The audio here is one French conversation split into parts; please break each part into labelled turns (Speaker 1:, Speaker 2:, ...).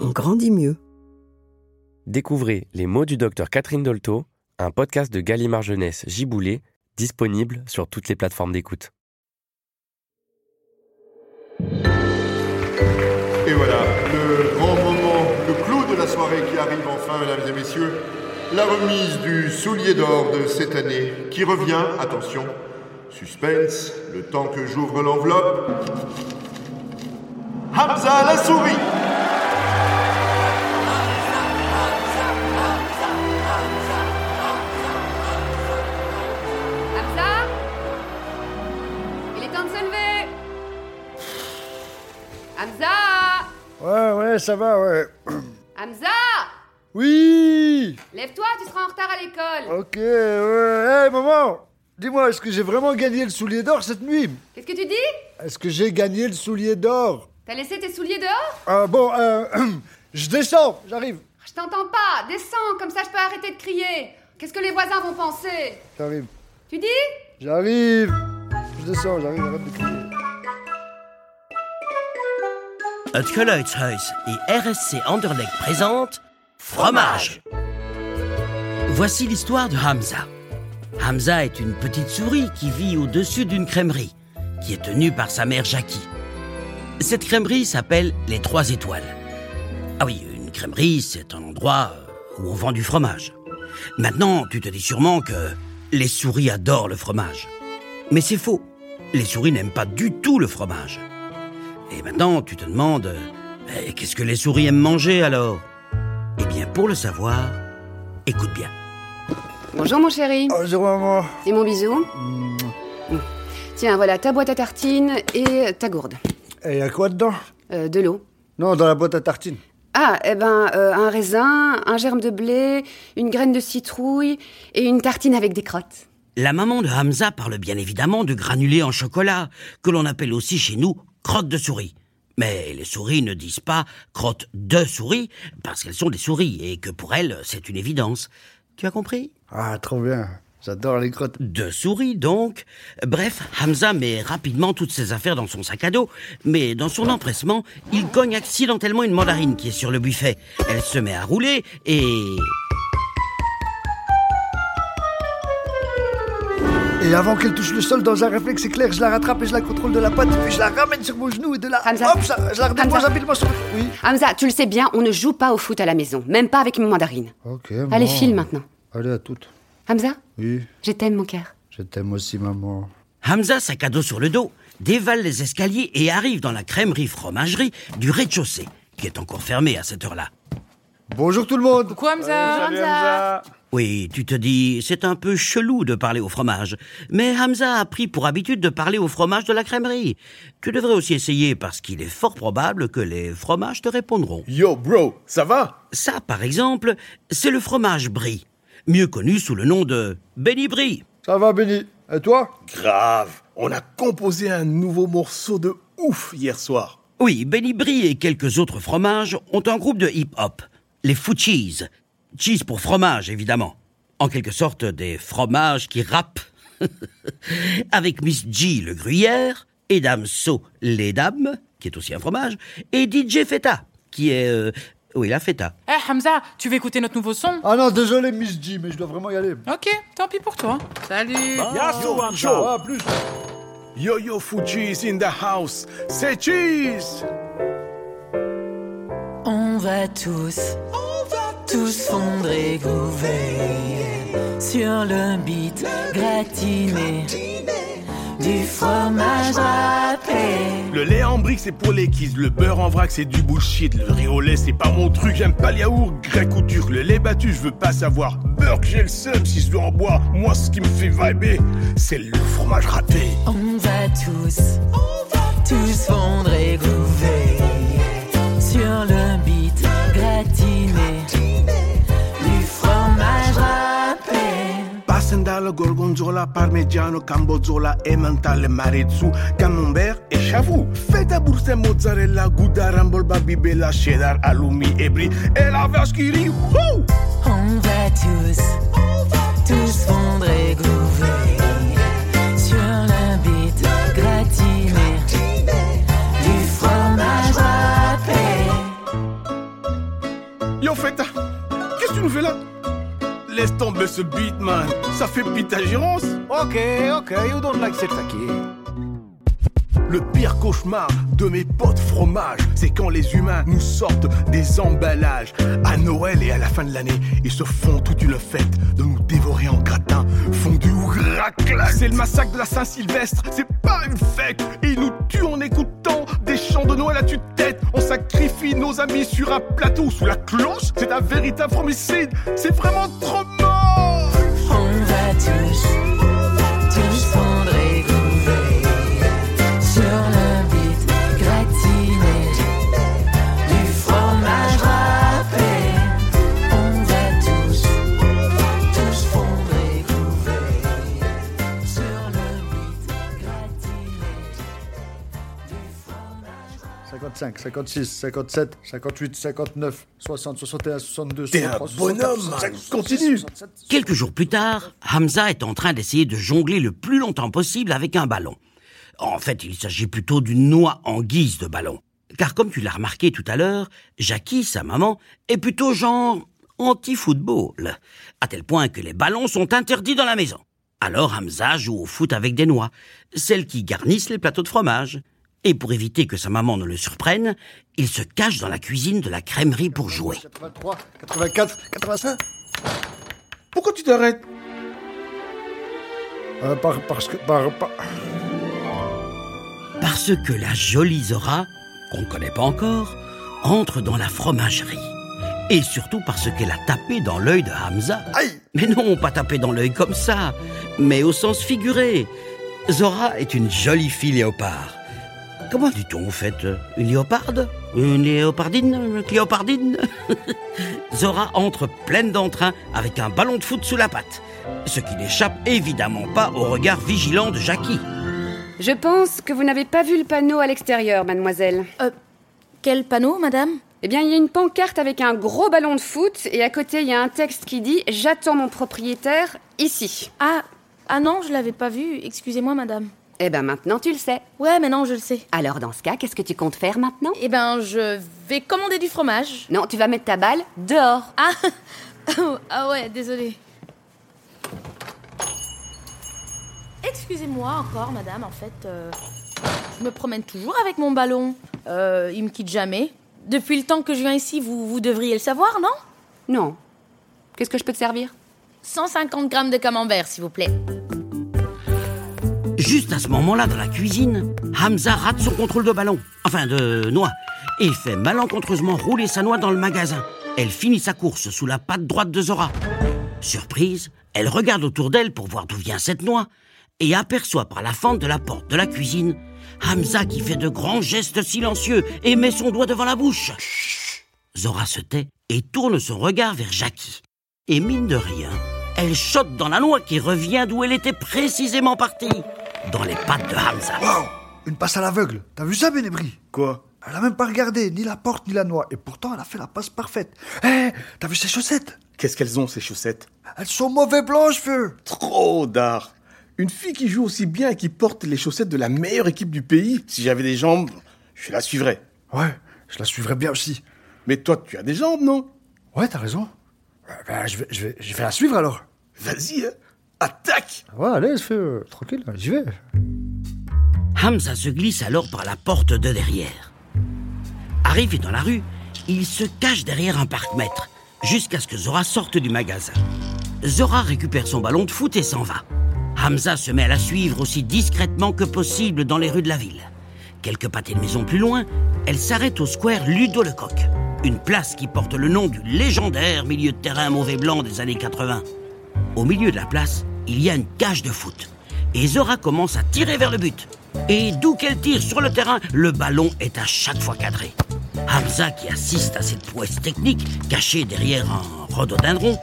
Speaker 1: on grandit mieux.
Speaker 2: Découvrez Les mots du docteur Catherine Dolto, un podcast de Gallimard Jeunesse Giboulé, disponible sur toutes les plateformes d'écoute.
Speaker 3: Et voilà, le grand moment, le clou de la soirée qui arrive enfin, mesdames et messieurs. La remise du soulier d'or de cette année qui revient, attention, suspense, le temps que j'ouvre l'enveloppe. Hamza la souris
Speaker 4: Hamza Il est temps de se lever Hamza
Speaker 5: Ouais, ouais, ça va, ouais.
Speaker 4: Hamza
Speaker 5: Oui
Speaker 4: Lève-toi, tu seras en retard à l'école
Speaker 5: Ok, ouais. Hé, maman Dis-moi, est-ce que j'ai vraiment gagné le soulier d'or cette nuit
Speaker 4: Qu'est-ce que tu dis
Speaker 5: Est-ce que j'ai gagné le soulier d'or
Speaker 4: T'as laissé tes souliers dehors
Speaker 5: Ah, Bon, euh, je descends, j'arrive.
Speaker 4: Je t'entends pas Descends, comme ça je peux arrêter de crier Qu'est-ce que les voisins vont penser
Speaker 5: J'arrive.
Speaker 4: Tu dis
Speaker 5: J'arrive Je descends, j'arrive, arrête de crier.
Speaker 6: Het Geluidshuis et RSC Anderlecht présentent Fromage. Voici l'histoire de Hamza. Hamza est une petite souris qui vit au-dessus d'une crèmerie, qui est tenue par sa mère Jackie. Cette crèmerie s'appelle les Trois Étoiles. Ah oui, une crèmerie, c'est un endroit euh, où on vend du fromage. Maintenant, tu te dis sûrement que les souris adorent le fromage. Mais c'est faux. Les souris n'aiment pas du tout le fromage. Et maintenant, tu te demandes, euh, qu'est-ce que les souris aiment manger alors Eh bien, pour le savoir, écoute bien.
Speaker 4: Bonjour mon chéri
Speaker 5: Bonjour, Ah, maman.
Speaker 4: Et mon bisou Tiens, voilà ta boîte à tartines et ta gourde.
Speaker 5: Et Eh, y a quoi dedans
Speaker 4: Euh, de l'eau.
Speaker 5: Non, dans la boîte à tartines.
Speaker 4: Ah, eh ben, euh, un raisin, un germe de blé, une graine de citrouille et une tartine avec des crottes.
Speaker 6: La maman de Hamza parle bien évidemment de granulés en chocolat, que l'on appelle aussi chez nous crotte de souris. Mais les souris ne disent pas crotte de souris, parce qu'elles sont des souris, et que pour elles, c'est une évidence. Tu as compris
Speaker 5: Ah, trop bien. J'adore les crottes.
Speaker 6: De souris, donc. Bref, Hamza met rapidement toutes ses affaires dans son sac à dos, mais dans son empressement, il cogne accidentellement une mandarine qui est sur le buffet. Elle se met à rouler et...
Speaker 5: Et avant qu'elle touche le sol, dans un réflexe éclair, je la rattrape et je la contrôle de la patte, puis je la ramène sur mon genou et de là,
Speaker 4: Hamza.
Speaker 5: hop, ça, je la redépose
Speaker 4: Hamza.
Speaker 5: rapidement sur le... Oui.
Speaker 4: Hamza, tu le sais bien, on ne joue pas au foot à la maison, même pas avec une mandarine.
Speaker 5: Ok,
Speaker 4: Allez, file maintenant.
Speaker 5: Allez, à toutes.
Speaker 4: Hamza,
Speaker 5: Oui,
Speaker 4: je t'aime, mon cœur.
Speaker 5: je t'aime aussi, maman.
Speaker 6: Hamza, sac à dos sur le dos, dévale les escaliers et arrive dans la crèmerie fromagerie du rez-de-chaussée, qui est encore fermée à cette heure-là.
Speaker 5: Bonjour tout le monde
Speaker 4: Quoi, Hamza Hamza
Speaker 6: Oui, tu te dis, c'est un peu chelou de parler au fromage. Mais Hamza a pris pour habitude de parler au fromage de la crèmerie. Tu devrais aussi essayer parce qu'il est fort probable que les fromages te répondront.
Speaker 7: Yo, bro, ça va
Speaker 6: Ça, par exemple, c'est le fromage brie, mieux connu sous le nom de Benny Brie.
Speaker 5: Ça va, Benny Et toi
Speaker 7: Grave. On a composé un nouveau morceau de ouf hier soir.
Speaker 6: Oui, Benny Brie et quelques autres fromages ont un groupe de hip-hop, les Food Cheese. Cheese pour fromage, évidemment. En quelque sorte, des fromages qui rappent. Avec Miss G, le gruyère, et Dame So, les dames, qui est aussi un fromage, et DJ Feta, qui est... euh, oui, la Feta.
Speaker 8: Eh Hamza, tu veux écouter notre nouveau son
Speaker 5: Ah non, désolé, Miss G, mais je dois vraiment y aller.
Speaker 8: Ok, tant pis pour toi. Salut
Speaker 4: Yasso, Anjo. Yo yo Fuji is in the house. C'est cheese.
Speaker 1: On va tous, tous fondre et gouver sur le beat gratiné du fromage râpé.
Speaker 4: Le lait en brique c'est pour les kids, le beurre en vrac c'est du bullshit, le riz au lait c'est pas mon truc, j'aime pas le yaourt grec ou turc, le lait battu je veux pas savoir, beurre que j'ai le seum si je dois en boire, moi ce qui me fait vibrer c'est le fromage râpé.
Speaker 1: On va tous, tous fondre et gouver sur le beat gratiné du fromage râpé.
Speaker 4: Passendale, gorgonzola, parmigiano, cambozola, emmental, maretsu, camembert et chavou. Feta bourse, mozzarella, gouda, rambol, babybella, cheddar, alumi, ebri et la vache qui rit. Wouh
Speaker 1: On va tous, tous fondre et gouver sur le beat gratiné du fromage râpé.
Speaker 4: Yo Feta, qu'est-ce que tu nous fais là Laisse tomber ce beat man, ça fait pita gérance.
Speaker 5: Ok, ok, you don't like Sirtaki.
Speaker 4: Le pire cauchemar de mes potes fromage, c'est quand les humains nous sortent des emballages. À Noël et à la fin de l'année, ils se font toute une fête de nous dévorer en gratin, fondu ou raclette. C'est le massacre de la Saint-Sylvestre, c'est pas une fête. Et ils nous tuent en écoutant des chants de Noël à tue-tête. On sacrifie nos amis sur un plateau sous la cloche. C'est un véritable homicide, c'est vraiment trop mort.
Speaker 1: On va tous, tous fondre et gouver sur le beat gratiné du fromage râpé. On va tous, tous fondre et gouver sur le beat gratiné.
Speaker 5: 55, 56, 57, 58, 59, 60, 61, 62,
Speaker 6: T'es un
Speaker 5: 63, 64,
Speaker 6: bonhomme,
Speaker 5: 65,
Speaker 6: man.
Speaker 5: 66,
Speaker 6: Continue.
Speaker 5: 67.
Speaker 6: Quelques jours plus tard, Hamza est en train d'essayer de jongler le plus longtemps possible avec un ballon. En fait, il s'agit plutôt d'une noix en guise de ballon. Car comme tu l'as remarqué tout à l'heure, Jackie, sa maman, est plutôt genre anti-football. À tel point que les ballons sont interdits dans la maison. Alors Hamza joue au foot avec des noix, celles qui garnissent les plateaux de fromage. Et pour éviter que sa maman ne le surprenne, il se cache dans la cuisine de la crèmerie pour jouer.
Speaker 5: 83, 84, 85
Speaker 4: Pourquoi tu t'arrêtes
Speaker 5: euh, par, Parce que... Par, par-
Speaker 6: Parce que la jolie Zora, qu'on ne connaît pas encore, entre dans la fromagerie. Et surtout parce qu'elle a tapé dans l'œil de Hamza.
Speaker 5: Aïe
Speaker 6: Mais non, pas tapé dans l'œil comme ça, mais au sens figuré. Zora est une jolie fille léopard. Comment dit-on en fait euh, Une léoparde Une léopardine Une cléopardine Zora entre pleine d'entrain avec un ballon de foot sous la patte. Ce qui n'échappe évidemment pas au regard vigilant de Jackie.
Speaker 9: Je pense que vous n'avez pas vu le panneau à l'extérieur, mademoiselle.
Speaker 10: Quel panneau, madame
Speaker 9: Eh bien, il y a une pancarte avec un gros ballon de foot et à côté, il y a un texte qui dit « J'attends mon propriétaire ici
Speaker 10: Ah, ah non, je l'avais pas vu. Excusez-moi, madame. ».
Speaker 9: Eh ben maintenant, tu le sais.
Speaker 10: Ouais, mais non, je le sais.
Speaker 9: Alors dans ce cas, qu'est-ce que tu comptes faire maintenant
Speaker 10: Eh ben, je vais commander du fromage.
Speaker 9: Non, tu vas mettre ta balle dehors.
Speaker 10: Ah, ah ouais, désolé. Excusez-moi encore, madame. En fait, euh, je me promène toujours avec mon ballon. Euh, il me quitte jamais. Depuis le temps que je viens ici, vous, vous devriez le savoir, non
Speaker 9: Non. Qu'est-ce que je peux te servir
Speaker 10: 150 grammes de camembert, s'il vous plaît.
Speaker 6: Juste à ce moment-là, dans la cuisine, Hamza rate son contrôle de ballon, enfin de noix, et fait malencontreusement rouler sa noix dans le magasin. Elle finit sa course sous la patte droite de Zora. Surprise, elle regarde autour d'elle pour voir d'où vient cette noix, et aperçoit par la fente de la porte de la cuisine Hamza qui fait de grands gestes silencieux et met son doigt devant la bouche. Zora se tait et tourne son regard vers Jackie. Et mine de rien, elle chote dans la noix qui revient d'où elle était précisément partie, dans les pattes de Hamza.
Speaker 5: Wow Une passe à l'aveugle. T'as vu ça, Bénébri
Speaker 4: Quoi
Speaker 5: Elle a même pas regardé ni la porte ni la noix. Et pourtant, elle a fait la passe parfaite. Hé, t'as vu ses chaussettes
Speaker 3: Qu'est-ce qu'elles ont, ces chaussettes
Speaker 5: Elles sont mauvais blanches, feu
Speaker 3: Trop d'art Une fille qui joue aussi bien et qui porte les chaussettes de la meilleure équipe du pays, si j'avais des jambes, je la suivrais.
Speaker 5: Ouais, je la suivrais bien aussi.
Speaker 3: Mais toi, tu as des jambes, non
Speaker 5: Ouais, t'as raison. Euh, bah, je, vais, je, vais, je vais la suivre alors.
Speaker 3: Vas-y, hein. attaque
Speaker 5: Ouais, allez, feu, tranquille, j'y vais.
Speaker 6: Hamza se glisse alors par la porte de derrière. Arrivé dans la rue, il se cache derrière un parc-mètre, jusqu'à ce que Zora sorte du magasin. Zora récupère son ballon de foot et s'en va. Hamza se met à la suivre aussi discrètement que possible dans les rues de la ville. Quelques pâtés de maison plus loin, elle s'arrête au square Ludo Lecoq, une place qui porte le nom du légendaire milieu de terrain mauvais blanc des années 80. Au milieu de la place, il y a une cage de foot. Et Zora commence à tirer vers le but. Et d'où qu'elle tire sur le terrain, le ballon est à chaque fois cadré. Hamza, qui assiste à cette prouesse technique, cachée derrière un rhododendron,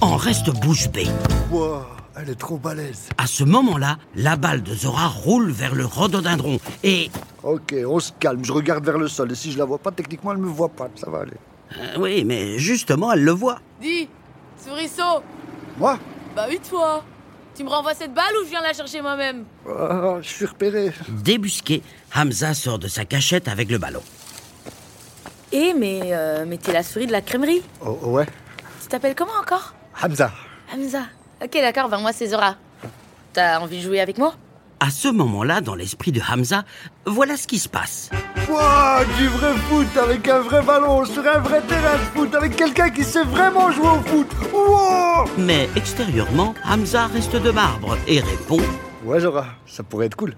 Speaker 6: en reste bouche bée.
Speaker 5: Wow, elle est trop balèze.
Speaker 6: À ce moment-là, la balle de Zora roule vers le rhododendron et...
Speaker 5: Ok, on se calme, je regarde vers le sol et si je la vois pas, techniquement, elle me voit pas, ça va aller.
Speaker 6: Euh, oui, mais justement, elle le voit.
Speaker 10: Dis, Sourisseau
Speaker 5: Moi
Speaker 10: Bah oui, toi Tu me renvoies cette balle ou je viens la chercher moi-même
Speaker 5: Ah, je suis repéré.
Speaker 6: Débusqué, Hamza sort de sa cachette avec le ballon.
Speaker 10: Eh, mais, euh, mais t'es la souris de la crèmerie.
Speaker 5: Oh, oh, ouais
Speaker 10: Tu t'appelles comment encore
Speaker 5: Hamza.
Speaker 10: Hamza. Ok, d'accord, ben moi c'est Zora. T'as envie de jouer avec moi
Speaker 6: À ce moment-là, dans l'esprit de Hamza, voilà ce qui se passe.
Speaker 5: Wow, du vrai foot avec un vrai ballon sur un vrai terrain de foot avec quelqu'un qui sait vraiment jouer au foot. Wow
Speaker 6: Mais extérieurement, Hamza reste de marbre et répond
Speaker 5: Ouais, Zora, ça pourrait être cool.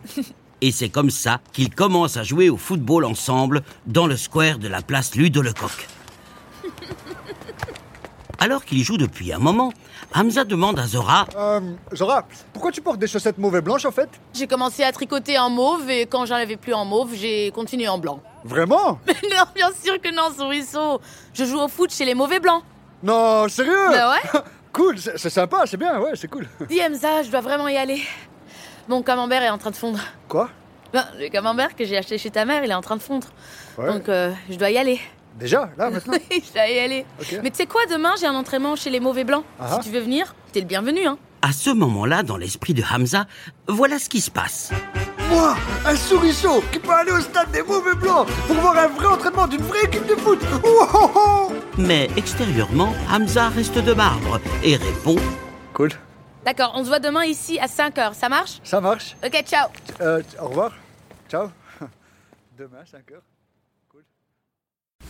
Speaker 6: Et c'est comme ça qu'ils commencent à jouer au football ensemble dans le square de la place Ludo-Lecoq. Alors qu'ils jouent depuis un moment, Hamza demande à Zora
Speaker 5: Euh, Zora, pourquoi tu portes des chaussettes mauvais blanches en fait
Speaker 10: J'ai commencé à tricoter en mauve et quand j'en avais plus en mauve, j'ai continué en blanc.
Speaker 5: Vraiment
Speaker 10: Mais non, bien sûr que non, Sourisseau Je joue au foot chez les mauvais blancs.
Speaker 5: Non, sérieux
Speaker 10: Bah ouais
Speaker 5: Cool, c'est c'est sympa, c'est bien, ouais, c'est cool.
Speaker 10: Dis Hamza, je dois vraiment y aller. Mon camembert est en train de fondre.
Speaker 5: Quoi
Speaker 10: Ben, le camembert que j'ai acheté chez ta mère, il est en train de fondre.
Speaker 5: Ouais.
Speaker 10: Donc euh, je dois y aller.
Speaker 5: Déjà, là, maintenant
Speaker 10: Oui, je dois y aller.
Speaker 5: Ok.
Speaker 10: Mais tu sais quoi, demain j'ai un entraînement chez les mauvais blancs.
Speaker 6: Ah.
Speaker 10: Si tu veux venir, t'es le bienvenu, hein.
Speaker 6: À ce moment-là, dans l'esprit de Hamza, voilà ce qui se passe.
Speaker 5: Moi, un souriceau qui peut aller au stade des mauvais blancs pour voir un vrai entraînement d'une vraie équipe de foot. Wow
Speaker 6: Mais extérieurement, Hamza reste de marbre et répond
Speaker 5: Cool.
Speaker 10: D'accord, on se voit demain ici à 5h, ça marche
Speaker 5: Ça marche.
Speaker 10: Ok, ciao
Speaker 5: Euh, au revoir. Ciao. Demain, 5h.